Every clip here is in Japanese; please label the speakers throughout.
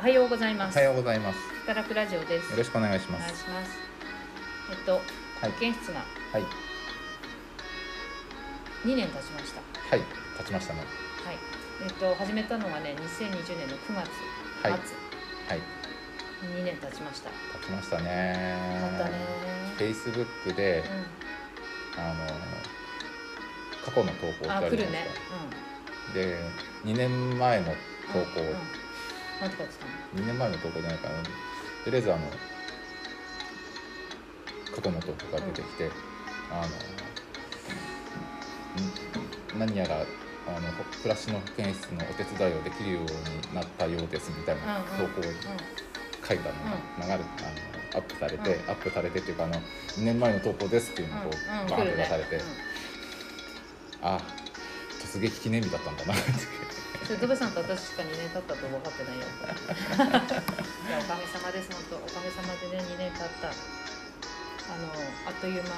Speaker 1: はようございま
Speaker 2: お
Speaker 1: す。
Speaker 2: はようございます。
Speaker 1: 働くラジオです。
Speaker 2: よろしくお願いし
Speaker 1: お
Speaker 2: ま
Speaker 1: 願い
Speaker 2: す。
Speaker 1: します。えっと、
Speaker 2: はい
Speaker 1: 保健室が
Speaker 2: はい。
Speaker 1: 2年経ちました。
Speaker 2: はい。立ちましたね。
Speaker 1: はい。えっと始めたのがね、2020年の9月末、
Speaker 2: はい。はい。
Speaker 1: 2年経ちました。
Speaker 2: 立ちました
Speaker 1: 経
Speaker 2: ね。
Speaker 1: ったね。
Speaker 2: Facebook で、あの過去の投稿
Speaker 1: う
Speaker 2: っ
Speaker 1: ん。
Speaker 2: て
Speaker 1: あ、
Speaker 2: あ
Speaker 1: 来
Speaker 2: るじゃ
Speaker 1: る
Speaker 2: ない
Speaker 1: ね
Speaker 2: で。すか。で、2年前
Speaker 1: う
Speaker 2: の
Speaker 1: ん。
Speaker 2: 投稿、
Speaker 1: うんうんなんて書いてたの？
Speaker 2: 2年前の投稿じゃないかな。とりあえずあの過去の投稿が出てきて、あのん何やら。あの暮らしの保健室のお手伝いをできるようになったようですみたいな投稿を書いたのが流れ、あのアップされて、
Speaker 1: うん
Speaker 2: アップされてっていうかあの2年前の投稿ですっていうのをこ
Speaker 1: うん。うん。
Speaker 2: う
Speaker 1: 来
Speaker 2: バーンと
Speaker 1: る
Speaker 2: 出
Speaker 1: ね
Speaker 2: されて、
Speaker 1: うん
Speaker 2: あ突撃記念日だったんだなって
Speaker 1: それドベさんと私しか2年経ったと分かってないよ。いやおかげさまです本当おかげさまでね2年経ったあのあっという間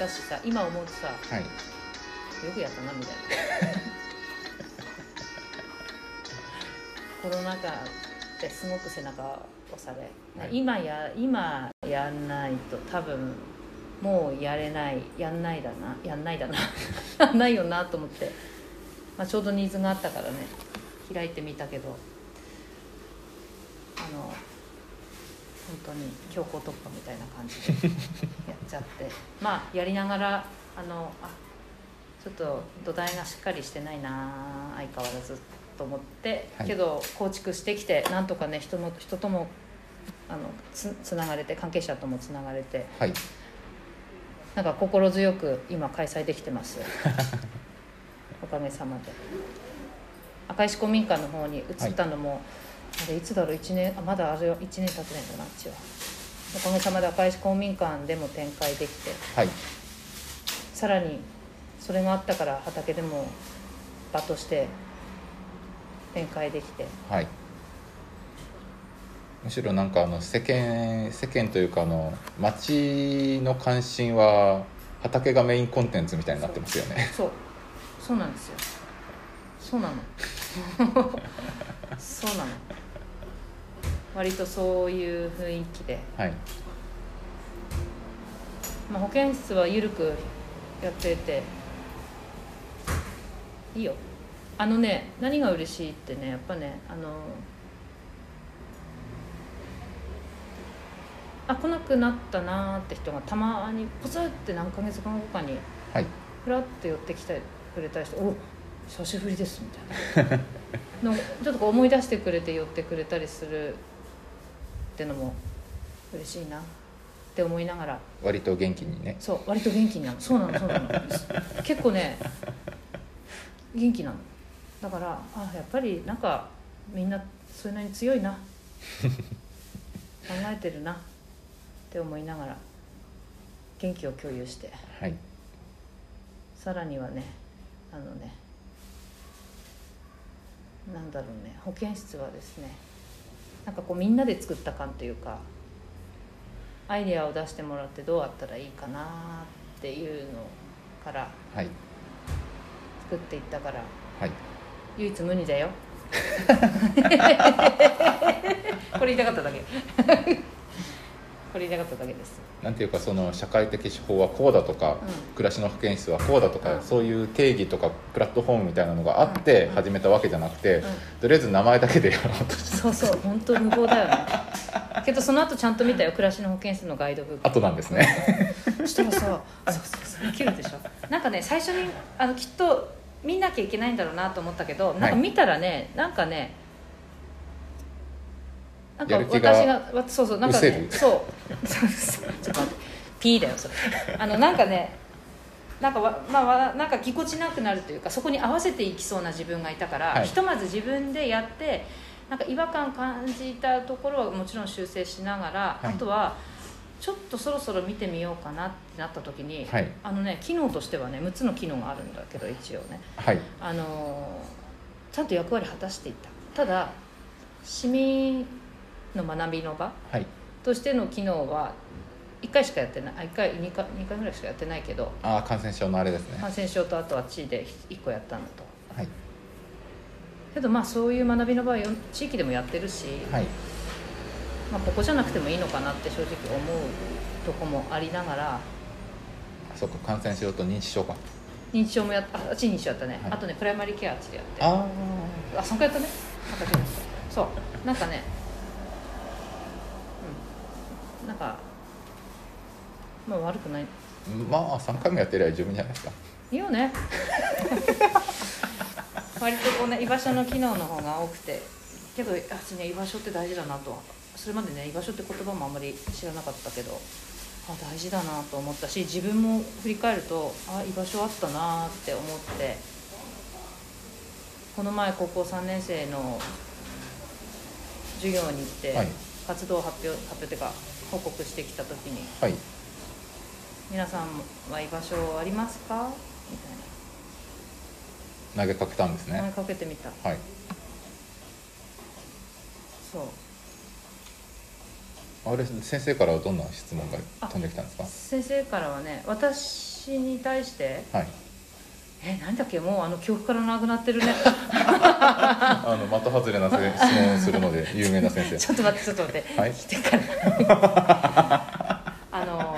Speaker 1: だしさ今思うとさよ
Speaker 2: はい
Speaker 1: くやったなみたいな。コロナ禍ですごく背中を押され、
Speaker 2: はい
Speaker 1: 今や今やんないと多分もうやれないやんないだなやんないだなやんないよなと思って、まあ、ちょうどニーズがあったからね開いてみたけどあの本当に強行突破みたいな感じで やっちゃってまあやりながらあのあちょっと土台がしっかりしてないな相変わらずと思って、
Speaker 2: はい
Speaker 1: けど構築してきてなんとかね人の人ともあのつつながれて関係者ともつながれて
Speaker 2: はい
Speaker 1: なんか心強く今開催できてますおかげさまで赤石公民館の方に移ったのも、あれいつだろう1年あまだあれは1年経ってないのかな一応おかげさまで赤石公民館でも展開できて
Speaker 2: はい
Speaker 1: さらにそれがあったから畑でも場として展開できて
Speaker 2: はいむしろなんかあの世間世間というかあの街の関心は畑がメインコンテンツみたいになってますよね
Speaker 1: そうそうなんですよそうなの そうなの割とそういう雰囲気で、
Speaker 2: はい
Speaker 1: まあ、保健室は緩くやってていいよあのね何が嬉しいってねやっぱねあのあ来なくなったなーって人がたまにポツって何ヶ月間後かに
Speaker 2: はい
Speaker 1: ふらっと寄ってきてくれた人「お久しぶりです」みたいな のちょっとこう思い出してくれて寄ってくれたりするってのも嬉しいなって思いながら
Speaker 2: 割と元気にね
Speaker 1: そう割と元気になるそうなのそうなの結構ね元気なのだからあやっぱりなんかみんなそれなりに強いな考えてるなって思いながら元気を共有して。
Speaker 2: はい
Speaker 1: さらにはねあのねなんだろうね保健室はですねなんかこうみんなで作った感というかアイデアを出してもらってどうあったらいいかなっていうのから
Speaker 2: はい
Speaker 1: 作っていったから
Speaker 2: はい
Speaker 1: 唯一無二だよこれ言いたかっただけこれ言いたかっただけです
Speaker 2: なんていうかその社会的手法はこうだとか、
Speaker 1: うん
Speaker 2: 暮らしの保健室はこうだとか、
Speaker 1: うん
Speaker 2: そういう定義とかプラットフォームみたいなのがあって
Speaker 1: うん
Speaker 2: 始めたわけじゃなくて、
Speaker 1: ん
Speaker 2: とりあえず名前だけでやろうとして
Speaker 1: そうそう本当無謀だよねけどその後ちゃんと見たよ暮らしの保健室のガイドブック
Speaker 2: あとなんですね
Speaker 1: そしたらさそうそうそうできるでしょなんかね最初にあのきっと見なきゃいけないんだろうなと思ったけどなんか
Speaker 2: はい
Speaker 1: 見たらね、なんかねなんか
Speaker 2: やる気
Speaker 1: 私
Speaker 2: が
Speaker 1: がわそうそうなんか
Speaker 2: うせ
Speaker 1: ね
Speaker 2: る
Speaker 1: そうそうそうちょっと待ってピーだよそれあのなんかねなんかわまあわなんかぎこちなくなるというかそこに合わせていきそうな自分がいたから、
Speaker 2: はい
Speaker 1: ひとまず自分でやってなんか違和感感じたところはもちろん修正しながら、
Speaker 2: はい
Speaker 1: あとはちょっとそろそろ見てみようかなってなった時に、
Speaker 2: はい
Speaker 1: あのね機能としてはね6つの機能があるんだけど一応ね、
Speaker 2: はい
Speaker 1: あのーちゃんと役割果たしていったただ市民の学びの場
Speaker 2: はい
Speaker 1: としての機能は1回しかやってないあ1回2回二回ぐらいしかやってないけど
Speaker 2: ああ感染症のあれですね
Speaker 1: 感染症とあとは地位で1個やったのと
Speaker 2: はい
Speaker 1: けけどまあそういう学びの場合地域でもやってるし、
Speaker 2: はい
Speaker 1: まあ、ここじゃなくてもいいのかなって正直思うとこもありながら
Speaker 2: そっか感染症と認知症か
Speaker 1: 認知症もやっああっち認知症やったね、
Speaker 2: はい
Speaker 1: あとねプライマリーケアあっちでやって
Speaker 2: あ
Speaker 1: あそんくらいやったねなんかちょっとそうなんかねうんなんかまあ悪くない
Speaker 2: あまあ3回もやってりゃ十分じゃないですか
Speaker 1: いいよね 割とこうね居場所の機能の方が多くてけどあちね居場所って大事だなとそれまでね居場所って言葉もあんまり知らなかったけどあ大事だなと思ったし自分も振り返るとあ居場所あったなって思ってこの前高校3年生の授業に行って、
Speaker 2: はい
Speaker 1: 活動を発表発表っていうか報告してきた時に
Speaker 2: はい
Speaker 1: 皆さんは居場所ありますかみたいな
Speaker 2: 投げかけたんです
Speaker 1: 名前
Speaker 2: ね
Speaker 1: かけてみた
Speaker 2: はい
Speaker 1: そう
Speaker 2: あれ先生からはどんな質問が飛んできたんですか
Speaker 1: 先生からはね私に対して
Speaker 2: はい
Speaker 1: 「えなんだっけもうあの記憶からなくなってる ね
Speaker 2: あの的外れなせ質問をするので有名な先 生
Speaker 1: ちょっと待ってちょっと待って、
Speaker 2: はい
Speaker 1: 来てから あの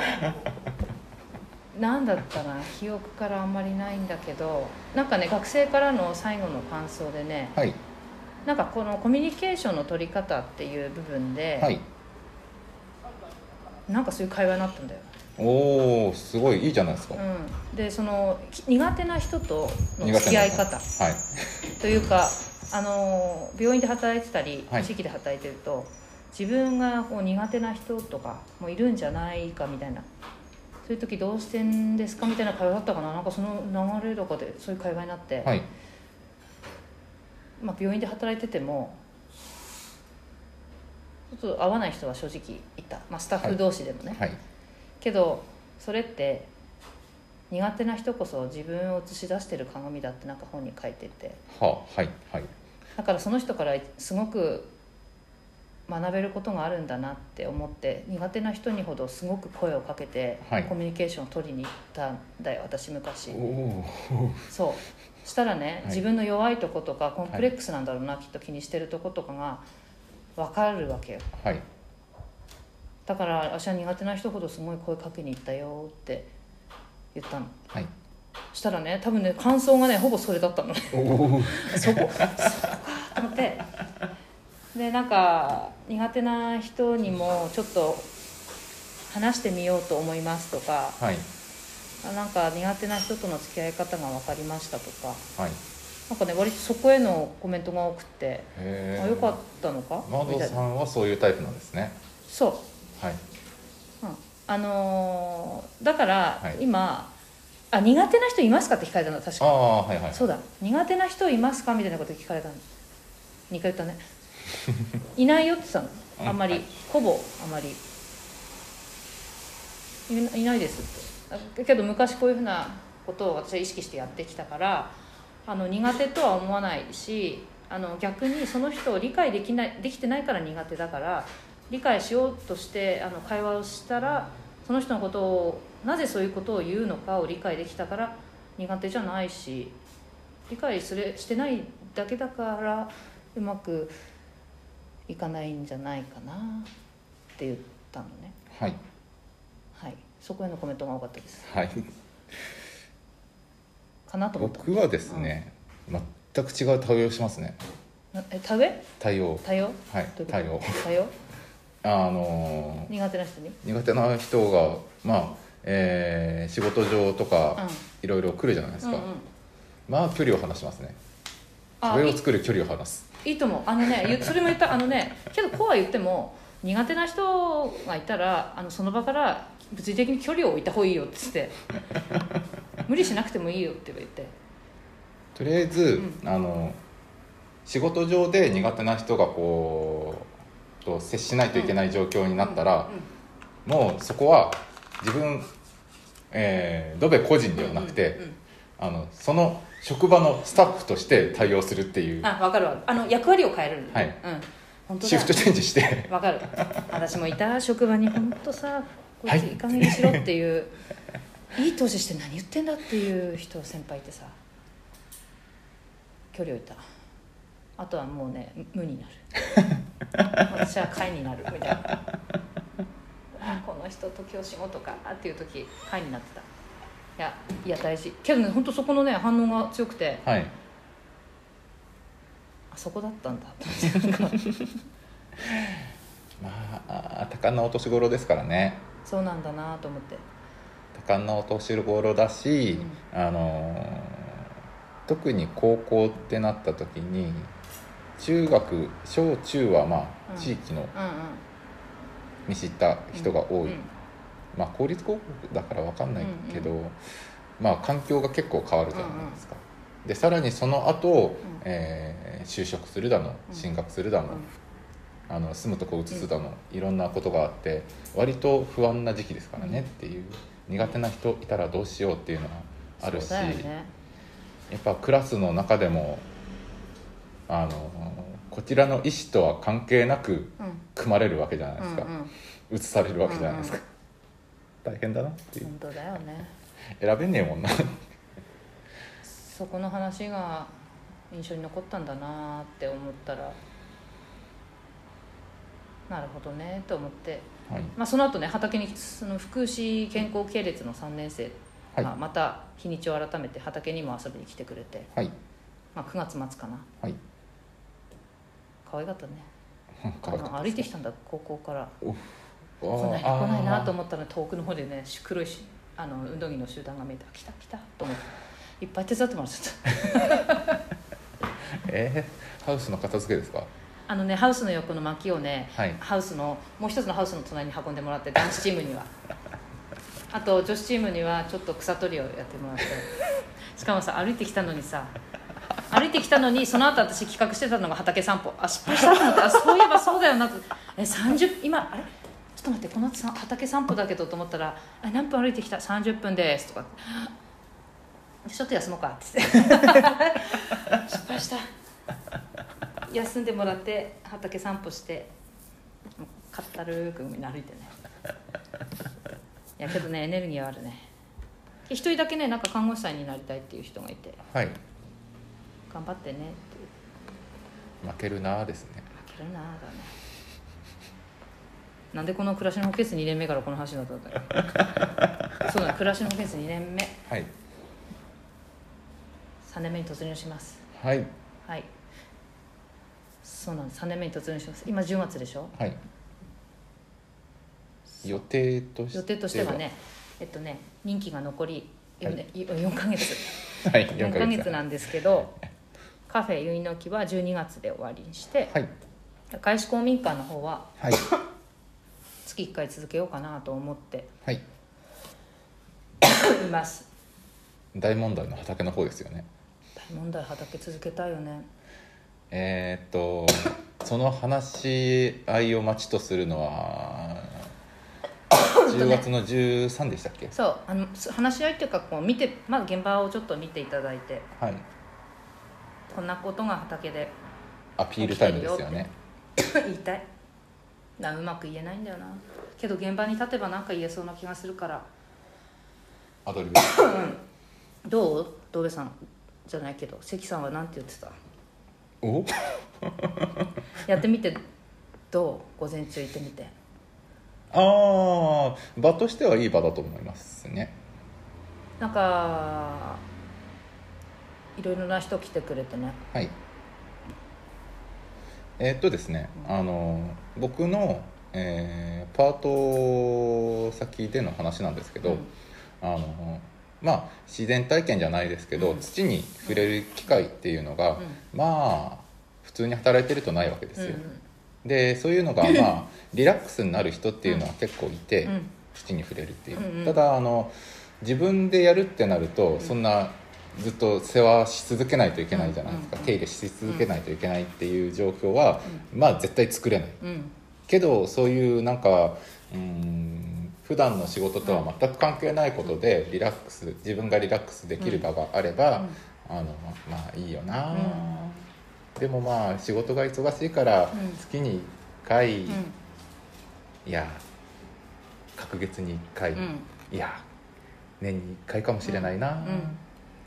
Speaker 1: なんだったな記憶からあんまりないんだけどなんかね学生からの最後の感想でね
Speaker 2: はい
Speaker 1: なんかこのコミュニケーションの取り方っていう部分で、
Speaker 2: はい
Speaker 1: なんかそういう会話になったんだよ
Speaker 2: おおすごいいいじゃないですか、
Speaker 1: うん、でそのき苦手な人との
Speaker 2: 苦手な人
Speaker 1: 付き合い方
Speaker 2: はい
Speaker 1: というかあの病院で働いてたり
Speaker 2: はい
Speaker 1: 地域で働いてると、自分がこう苦手な人とかもいるんじゃないかみたいなそういう時どうしてんですかみたいな会話だったかななんかその流れとかでそういう会話になって、
Speaker 2: はい
Speaker 1: まあ、病院で働いててもちょっと合わない人は正直いた、まあ、スタッフ同士でもね、
Speaker 2: はい
Speaker 1: けどそれって苦手な人こそ自分を映し出してる鏡だってなんか本に書いてて
Speaker 2: はあはいはい
Speaker 1: だからその人からすごく学べることがあるんだなって思って苦手な人にほどすごく声をかけて
Speaker 2: はい
Speaker 1: コミュニケーションを取りに行ったんだよ、私昔
Speaker 2: おお
Speaker 1: そうしたらね、
Speaker 2: はい
Speaker 1: 自分の弱いとことかコンプレックスなんだろうな、きっと気にしてるとことかが分かるわけよ
Speaker 2: はい
Speaker 1: だから私は苦手な人ほどすごい声かけに行ったよって言ったの
Speaker 2: はい
Speaker 1: したらね多分ね感想がねほぼそれだったのね
Speaker 2: おお
Speaker 1: そこそこかと思ってでなんか苦手な人にもちょっと話してみようと思いますとか
Speaker 2: はい
Speaker 1: あなんか苦手な人との付き合い方が分かりましたとか
Speaker 2: はい
Speaker 1: なんかね割とそこへのコメントが多くて、
Speaker 2: へー
Speaker 1: あよかったのか
Speaker 2: マ
Speaker 1: みた
Speaker 2: ド
Speaker 1: い
Speaker 2: さ
Speaker 1: なん
Speaker 2: はそういうタイプなんですね
Speaker 1: そう
Speaker 2: はい
Speaker 1: うんあのーだから
Speaker 2: はい
Speaker 1: 今、あ苦手な人いますかって聞かれたの確
Speaker 2: あ
Speaker 1: か
Speaker 2: あはいはい
Speaker 1: そうだ苦手な人いますかみたいなこと聞かれたの2回言ったねいないよって言ってた
Speaker 2: うん
Speaker 1: のあんまり、
Speaker 2: はい
Speaker 1: ほぼあんまりいないないですってあけど昔こういうふうなことを私は意識してやってきたからあの苦手とは思わないしあの逆にその人を理解できないできてないから苦手だから理解しようとしてあの会話をしたらその人のことをなぜそういうことを言うのかを理解できたから苦手じゃないし理解すれしてないだけだからうまくいかないんじゃないかなって言ったのね
Speaker 2: はい
Speaker 1: はいそこへのコメントが多かったです
Speaker 2: はい
Speaker 1: かなと思った
Speaker 2: 僕はですね全く違う対応をしますね
Speaker 1: なえ田植え
Speaker 2: 対応
Speaker 1: 多様
Speaker 2: はい
Speaker 1: どういうこと
Speaker 2: 対応
Speaker 1: 多様
Speaker 2: あの
Speaker 1: 苦手な人に
Speaker 2: ー苦手な人がまあえー仕事上とかいろいろ来るじゃないです
Speaker 1: うんう
Speaker 2: か
Speaker 1: んうん
Speaker 2: まあ距離を離しますねそ
Speaker 1: あ
Speaker 2: れ
Speaker 1: い
Speaker 2: を作る距離を離す
Speaker 1: いいと思うあのねゆそれも言ったあのねけどこうは言っても苦手な人がいたらあのその場から物理的に距離を置いた方がいいよって言って無理しなくてもいいよって言って
Speaker 2: とりあえず、
Speaker 1: う
Speaker 2: あの仕事上で苦手な人がこうと接しないといけない状況になったら、もうそこは自分、えー、ドベ個人ではなくて、
Speaker 1: うんうん
Speaker 2: あのその職場のスタッフとして対応するっていう
Speaker 1: あ分かるわあの役割を変えるの
Speaker 2: はい
Speaker 1: うん本当だ
Speaker 2: シフトチェンジして
Speaker 1: わかる私もいた職場に本当さこい
Speaker 2: は
Speaker 1: つ
Speaker 2: い
Speaker 1: いい加減にしろっていう、い、い年して何言ってんだっていう人先輩いてさ距離を置いたあとはもうね無になる私は会になるみたいなあこの人と今日仕事かっていう時会になってたいやいや大事けどね本当そこのね反応が強くて
Speaker 2: はい
Speaker 1: あそこだったんだと思ってなんか
Speaker 2: まあ多感なお年頃ですからね
Speaker 1: そうなんだなと思って
Speaker 2: 多感なお年頃だし、あのー特に高校ってなった時に中学小中はま
Speaker 1: う
Speaker 2: あ
Speaker 1: ん
Speaker 2: 地域の
Speaker 1: うんうん
Speaker 2: 見知った人が多い、
Speaker 1: うん
Speaker 2: まあ公立高校だから分かんないけど、まあ環境が結構変わるじゃないですか、でさらにその後、
Speaker 1: ん
Speaker 2: えー就職するだの
Speaker 1: うん
Speaker 2: 進学するだの、
Speaker 1: うん
Speaker 2: あの住むとこ移すだの、いろんなことがあって割と不安な時期ですからねっていう、苦手な人いたらどうしようっていうのはあるし、
Speaker 1: そうだよね
Speaker 2: やっぱクラスの中でもあのこちらの意思とは関係なく
Speaker 1: うん
Speaker 2: 組まれるわけじゃないですか、
Speaker 1: うんうん
Speaker 2: 移されるわけじゃないですか、大変だなっていう
Speaker 1: 本当だよね
Speaker 2: 選べねえもんな
Speaker 1: そこの話が印象に残ったんだなって思ったらなるほどねと思って、
Speaker 2: はい
Speaker 1: まあ、その後ね畑にその福祉健康系列の3年生
Speaker 2: はい
Speaker 1: がまた日にちを改めて畑にも遊びに来てくれて、
Speaker 2: はい
Speaker 1: まあ、9月末かな
Speaker 2: はい
Speaker 1: 可愛かったね
Speaker 2: 可愛か
Speaker 1: あの歩いてきたんだ高校から
Speaker 2: た
Speaker 1: 来ないな来ないなと
Speaker 2: あ
Speaker 1: 思ったら遠くの方でねし黒いしあの運動着の集団が見えた来た来たと思っていっぱい手伝ってもらっちゃった
Speaker 2: ーえーハウスの片付けですか
Speaker 1: あのねハウスの横の薪をね、
Speaker 2: はい
Speaker 1: ハウスのもう一つのハウスの隣に運んでもらって男子チーム にはあと女子チームにはちょっと草取りをやってもらってしかもさ歩いてきたのにさ歩いてきたのにその後私企画してたのが畑散歩あ失敗したと思ってあそういえばそうだよなとえ30今あれちょっと待ってこの後さ畑散歩だけどと思ったら「あ何分歩いてきた30分です」とか「ちょっと休もうか」って 言って失敗した休んでもらって畑散歩してかったるーく海に歩いてねいやけどねエネルギーはあるね一人だけねなんか看護師さんになりたいっていう人がいて
Speaker 2: はい
Speaker 1: 頑張ってねって
Speaker 2: 負けるなーですね
Speaker 1: 負けるなーだねなんでこの暮らしの保健室2年目からこの話だったんだよそうだね暮らしの保健室2年目
Speaker 2: はい
Speaker 1: 3年目に突入します
Speaker 2: はい
Speaker 1: はいそうなんです3年目に突入します今10月でしょ
Speaker 2: はい予定として
Speaker 1: 予定としてはねえっとね任期が残り 4, ね、4ヶ月
Speaker 2: はい
Speaker 1: 4
Speaker 2: 4
Speaker 1: ヶ
Speaker 2: ヶ
Speaker 1: 月
Speaker 2: 月
Speaker 1: なんですけどカフェ結の木は12月で終わりにして
Speaker 2: はい
Speaker 1: 外資公民館の方は
Speaker 2: はい
Speaker 1: 月1回続けようかなと思って
Speaker 2: はい
Speaker 1: います
Speaker 2: 大問題の畑の方ですよね
Speaker 1: 大問題畑続けたいよね
Speaker 2: えーっとその話し合いを待ちとするのは10月の13でしたっけ、
Speaker 1: そうあのす話し合いっていうかこう見てまず現場をちょっと見ていただいて
Speaker 2: はい
Speaker 1: こんなことが畑で
Speaker 2: アピールタイムですよね
Speaker 1: 言いたいなうまく言えないんだよなけど現場に立てばなんか言えそうな気がするから
Speaker 2: アドリブ
Speaker 1: どう堂部さんじゃないけど関さんはなんて言ってた
Speaker 2: お
Speaker 1: やってみてどう午前中行ってみて
Speaker 2: ああ場としてはいい場だと思いますね
Speaker 1: なんかいろいろな人来てくれてね
Speaker 2: はいえーっとですねあの僕の、えーパート先での話なんですけど、
Speaker 1: うん
Speaker 2: あのまあ自然体験じゃないですけど、
Speaker 1: うん
Speaker 2: 土に触れる機会っていうのが、まあ普通に働いてるとないわけですよ、でそういう のがまあリラックスになる人っていうのは結構いて、
Speaker 1: うんうん
Speaker 2: 土に触れるっていう、
Speaker 1: うんうん
Speaker 2: ただあの自分でやるってなると、そんなずっと世話し続けないといけないじゃないですか、
Speaker 1: うんうんうん
Speaker 2: 手入れし続けないといけないっていう状況は、まあ絶対作れない
Speaker 1: うん
Speaker 2: けどそういうなんかうーん普段の仕事とは全く関係ないことでリラックス自分がリラックスできる場があれば、あのまあいいよな、でもまあ仕事が忙しいから
Speaker 1: うん
Speaker 2: 月に1回、
Speaker 1: うん
Speaker 2: いや隔月に1回、
Speaker 1: うん
Speaker 2: いや年に1回かもしれないな、
Speaker 1: うんうん
Speaker 2: っ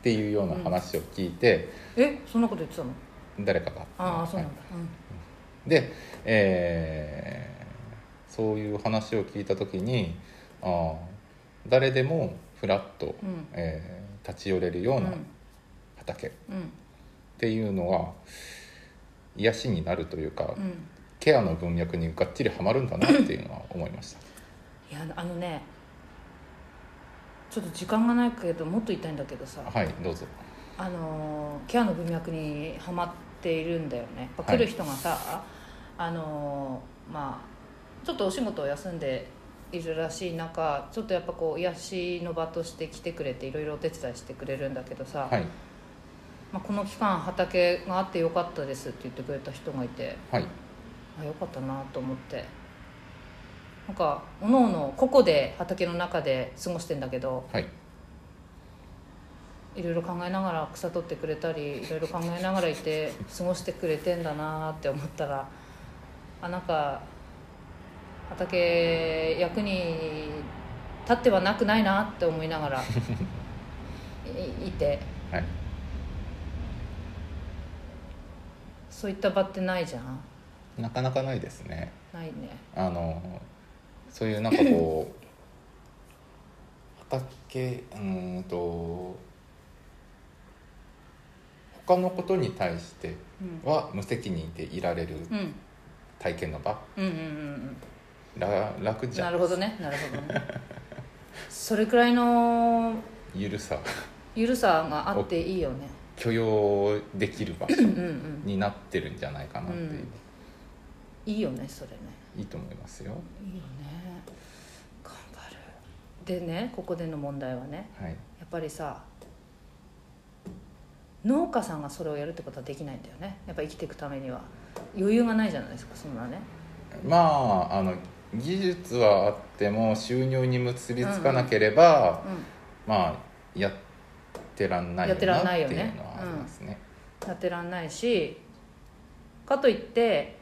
Speaker 2: ていうような話を聞いて、
Speaker 1: えそんなこと言ってたの
Speaker 2: 誰かが
Speaker 1: ああそうなんだ、
Speaker 2: で、えーそういう話を聞いた時にあー誰でもフラッと、
Speaker 1: うん
Speaker 2: えー立ち寄れるよう
Speaker 1: うん
Speaker 2: な畑っ
Speaker 1: うん
Speaker 2: ていうのは癒しになるというか、
Speaker 1: うん
Speaker 2: ケアの文脈にがっちりはまるんだなっていうのは思いました。
Speaker 1: いやあのねちょっと時間がないけどもっと言いたいんだけどさ
Speaker 2: はいどうぞ
Speaker 1: あのーケアの文脈にはまっているんだよねやっぱ
Speaker 2: はい
Speaker 1: 来る人がさ、あのーまあちょっとお仕事を休んでいるらしい中ちょっとやっぱこう癒しの場として来てくれていろいろお手伝いしてくれるんだけどさ、
Speaker 2: はい
Speaker 1: まあ、この期間畑があってよかったですって言ってくれた人がいて
Speaker 2: はい
Speaker 1: あよかったなと思ってなんかおのおの個々で畑の中で過ごしてんだけど
Speaker 2: はい
Speaker 1: いろいろ考えながら草取ってくれたりいろいろ考えながらいて過ごしてくれてんだなって思ったらあなんか畑役に立ってはなくないなって思いながらいい て
Speaker 2: はい
Speaker 1: そういった場ってないじゃん
Speaker 2: なかなかないですね
Speaker 1: ないね
Speaker 2: あのそういうなんか こう畑うーんと他のことに対して
Speaker 1: うん
Speaker 2: は無責任でいられる
Speaker 1: うん
Speaker 2: 体験の場
Speaker 1: うんうんうん
Speaker 2: ら楽
Speaker 1: うん
Speaker 2: じ
Speaker 1: な
Speaker 2: ゃん
Speaker 1: るほどねなるほどねそれくらいの
Speaker 2: ゆるさ
Speaker 1: ゆるさがあっていいよね
Speaker 2: 許容できる場所
Speaker 1: うんうん
Speaker 2: になってるんじゃないかなっていう、
Speaker 1: いいよねそれね
Speaker 2: いいと思いますよ
Speaker 1: いいよね頑張るでねここでの問題はね
Speaker 2: はい
Speaker 1: やっぱりさ農家さんがそれをやるってことはできないんだよねやっぱ生きていくためには余裕がないじゃないですかそんなね
Speaker 2: まああの技術はあっても収入に結びつかなければ、
Speaker 1: う
Speaker 2: まあやってらんない
Speaker 1: やってらんないよ
Speaker 2: って
Speaker 1: ね
Speaker 2: いうのはありますね、
Speaker 1: んやってらんないしかといって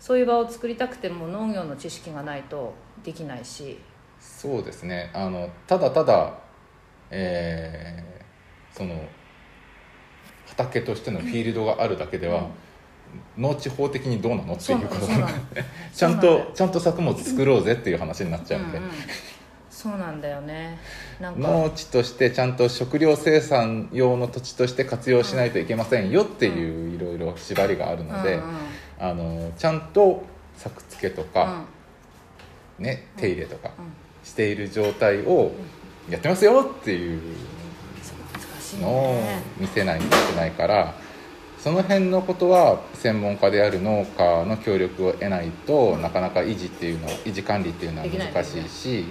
Speaker 1: そういう場を作りたくても農業の知識がないとできないし
Speaker 2: そうですねあのただただえーその畑としてのフィールドがあるだけでは、農地法的にどうなのって
Speaker 1: そ
Speaker 2: いうう
Speaker 1: なの
Speaker 2: こと
Speaker 1: そうなの
Speaker 2: ちゃ
Speaker 1: そうなんだ
Speaker 2: んと
Speaker 1: よ
Speaker 2: ちゃんと作物作ろうぜっていう話になっちゃうんで、
Speaker 1: うんうんそうなんだよねなんか
Speaker 2: 農地としてちゃんと食料生産用の土地として活用しないといけませんよっていういろいろ縛りがあるので、
Speaker 1: うんうん
Speaker 2: あのちゃんと作付けと
Speaker 1: う
Speaker 2: か、
Speaker 1: ん
Speaker 2: ね手入れと
Speaker 1: う
Speaker 2: か、
Speaker 1: ん
Speaker 2: している状態をやってますよっていう
Speaker 1: そう難しい
Speaker 2: のを
Speaker 1: ね
Speaker 2: 見せないといけないからその辺のことは専門家である農家の協力を得ないとなかなか維持っていうのは維持管理っていうのは
Speaker 1: できない
Speaker 2: 難しいし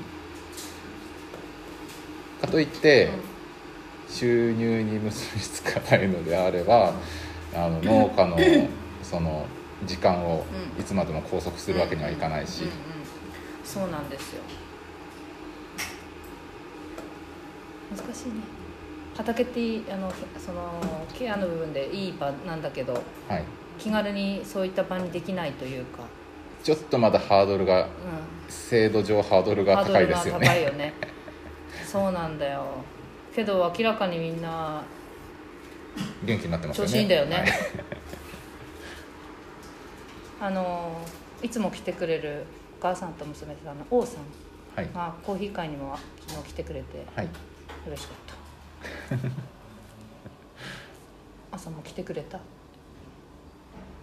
Speaker 2: かといって収入に結びつかないのであれば あの農家のその時間をいつまでも拘束するわけにはいかないし
Speaker 1: うんうんうんそうなんですよ難しいね畑っていいあのそのケアの部分でいい場なんだけど
Speaker 2: はい
Speaker 1: 気軽にそういった場にできないというか、
Speaker 2: ちょっとまだハードルが
Speaker 1: う
Speaker 2: 制度上ハードル
Speaker 1: ん、
Speaker 2: が高いですよ
Speaker 1: ハードルが高
Speaker 2: ね
Speaker 1: いよねそうなんだよけど明らかにみんな
Speaker 2: 元気になってますよ
Speaker 1: 調
Speaker 2: ね
Speaker 1: 子いいんだよね、
Speaker 2: はい
Speaker 1: あのいつも来てくれるお母さんと娘さんの王さん
Speaker 2: はい、
Speaker 1: がコーヒー会にも昨日来てくれて
Speaker 2: はい
Speaker 1: 嬉しかった 朝も来てくれた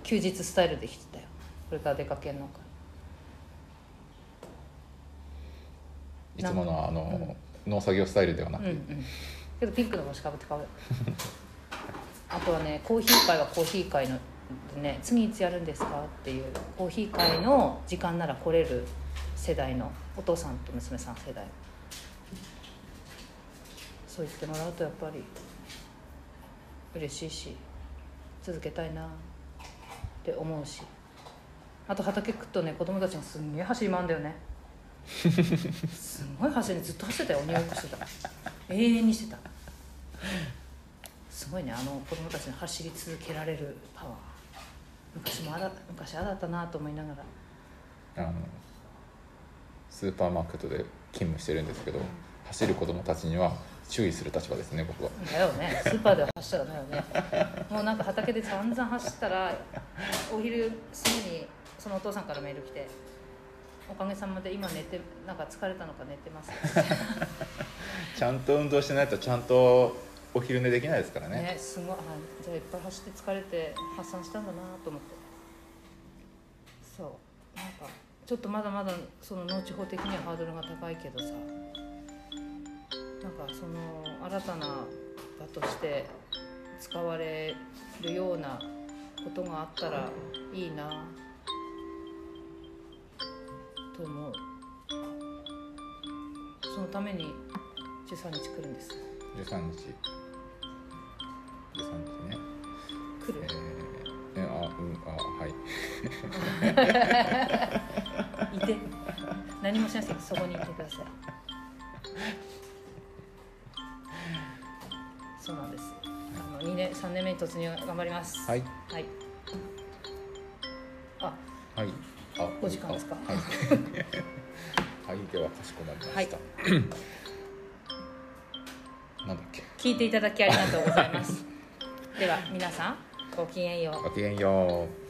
Speaker 1: 休日スタイルで来てたよこれから出かけんのか
Speaker 2: いつものあの、農作業スタイルではな
Speaker 1: う
Speaker 2: く、
Speaker 1: んうんけどピンクの帽子かぶって買うよ あとはねコーヒー会はコーヒー会のでね次いつやるんですかっていうコーヒー会の時間なら来れる世代のお父さんと娘さん世代そう言ってもらうとやっぱり嬉しいし続けたいなって思うしあと畑行くとね子供たちがすんげえ走り回るんだよねすんごい走りずっと走ってたよ鬼ごっこしてた永遠にしてたすごいねあの子供たちの走り続けられるパワー昔もあだ昔ああだったなと思いながら
Speaker 2: あのスーパーマーケットで勤務してるんですけど、走る子供たちには注意する立場ですね僕は
Speaker 1: だよねスーパーでは走ったらだよねもうなんか畑で散々走ったらお昼すぐにそのお父さんからメール来て「おかげさまで今寝てなんか疲れたのか寝てます」
Speaker 2: ちゃんと運動しないとちゃんとお昼寝できないですからね
Speaker 1: ねすごいあじゃあいっぱい走って疲れて発散したんだなと思ってそうなんかちょっとまだまだその農地法的にはハードルが高いけどさなんかその新たな場として使われるようなことがあったらいいなと思うそのために13日来るんです
Speaker 2: 13日13日ね
Speaker 1: 来る
Speaker 2: えー、ねあうんあはい
Speaker 1: いて何もしなくてそこにいてくださいそうなんですあの2年3年目に突入頑張ります
Speaker 2: はい
Speaker 1: はいあ
Speaker 2: はいあ
Speaker 1: お時間ですか
Speaker 2: あはい、 はい、ではかしこまりました、なんだっけ
Speaker 1: 聞い ていただきありがとうございますでは皆さんごきげんよう
Speaker 2: ごきげんよう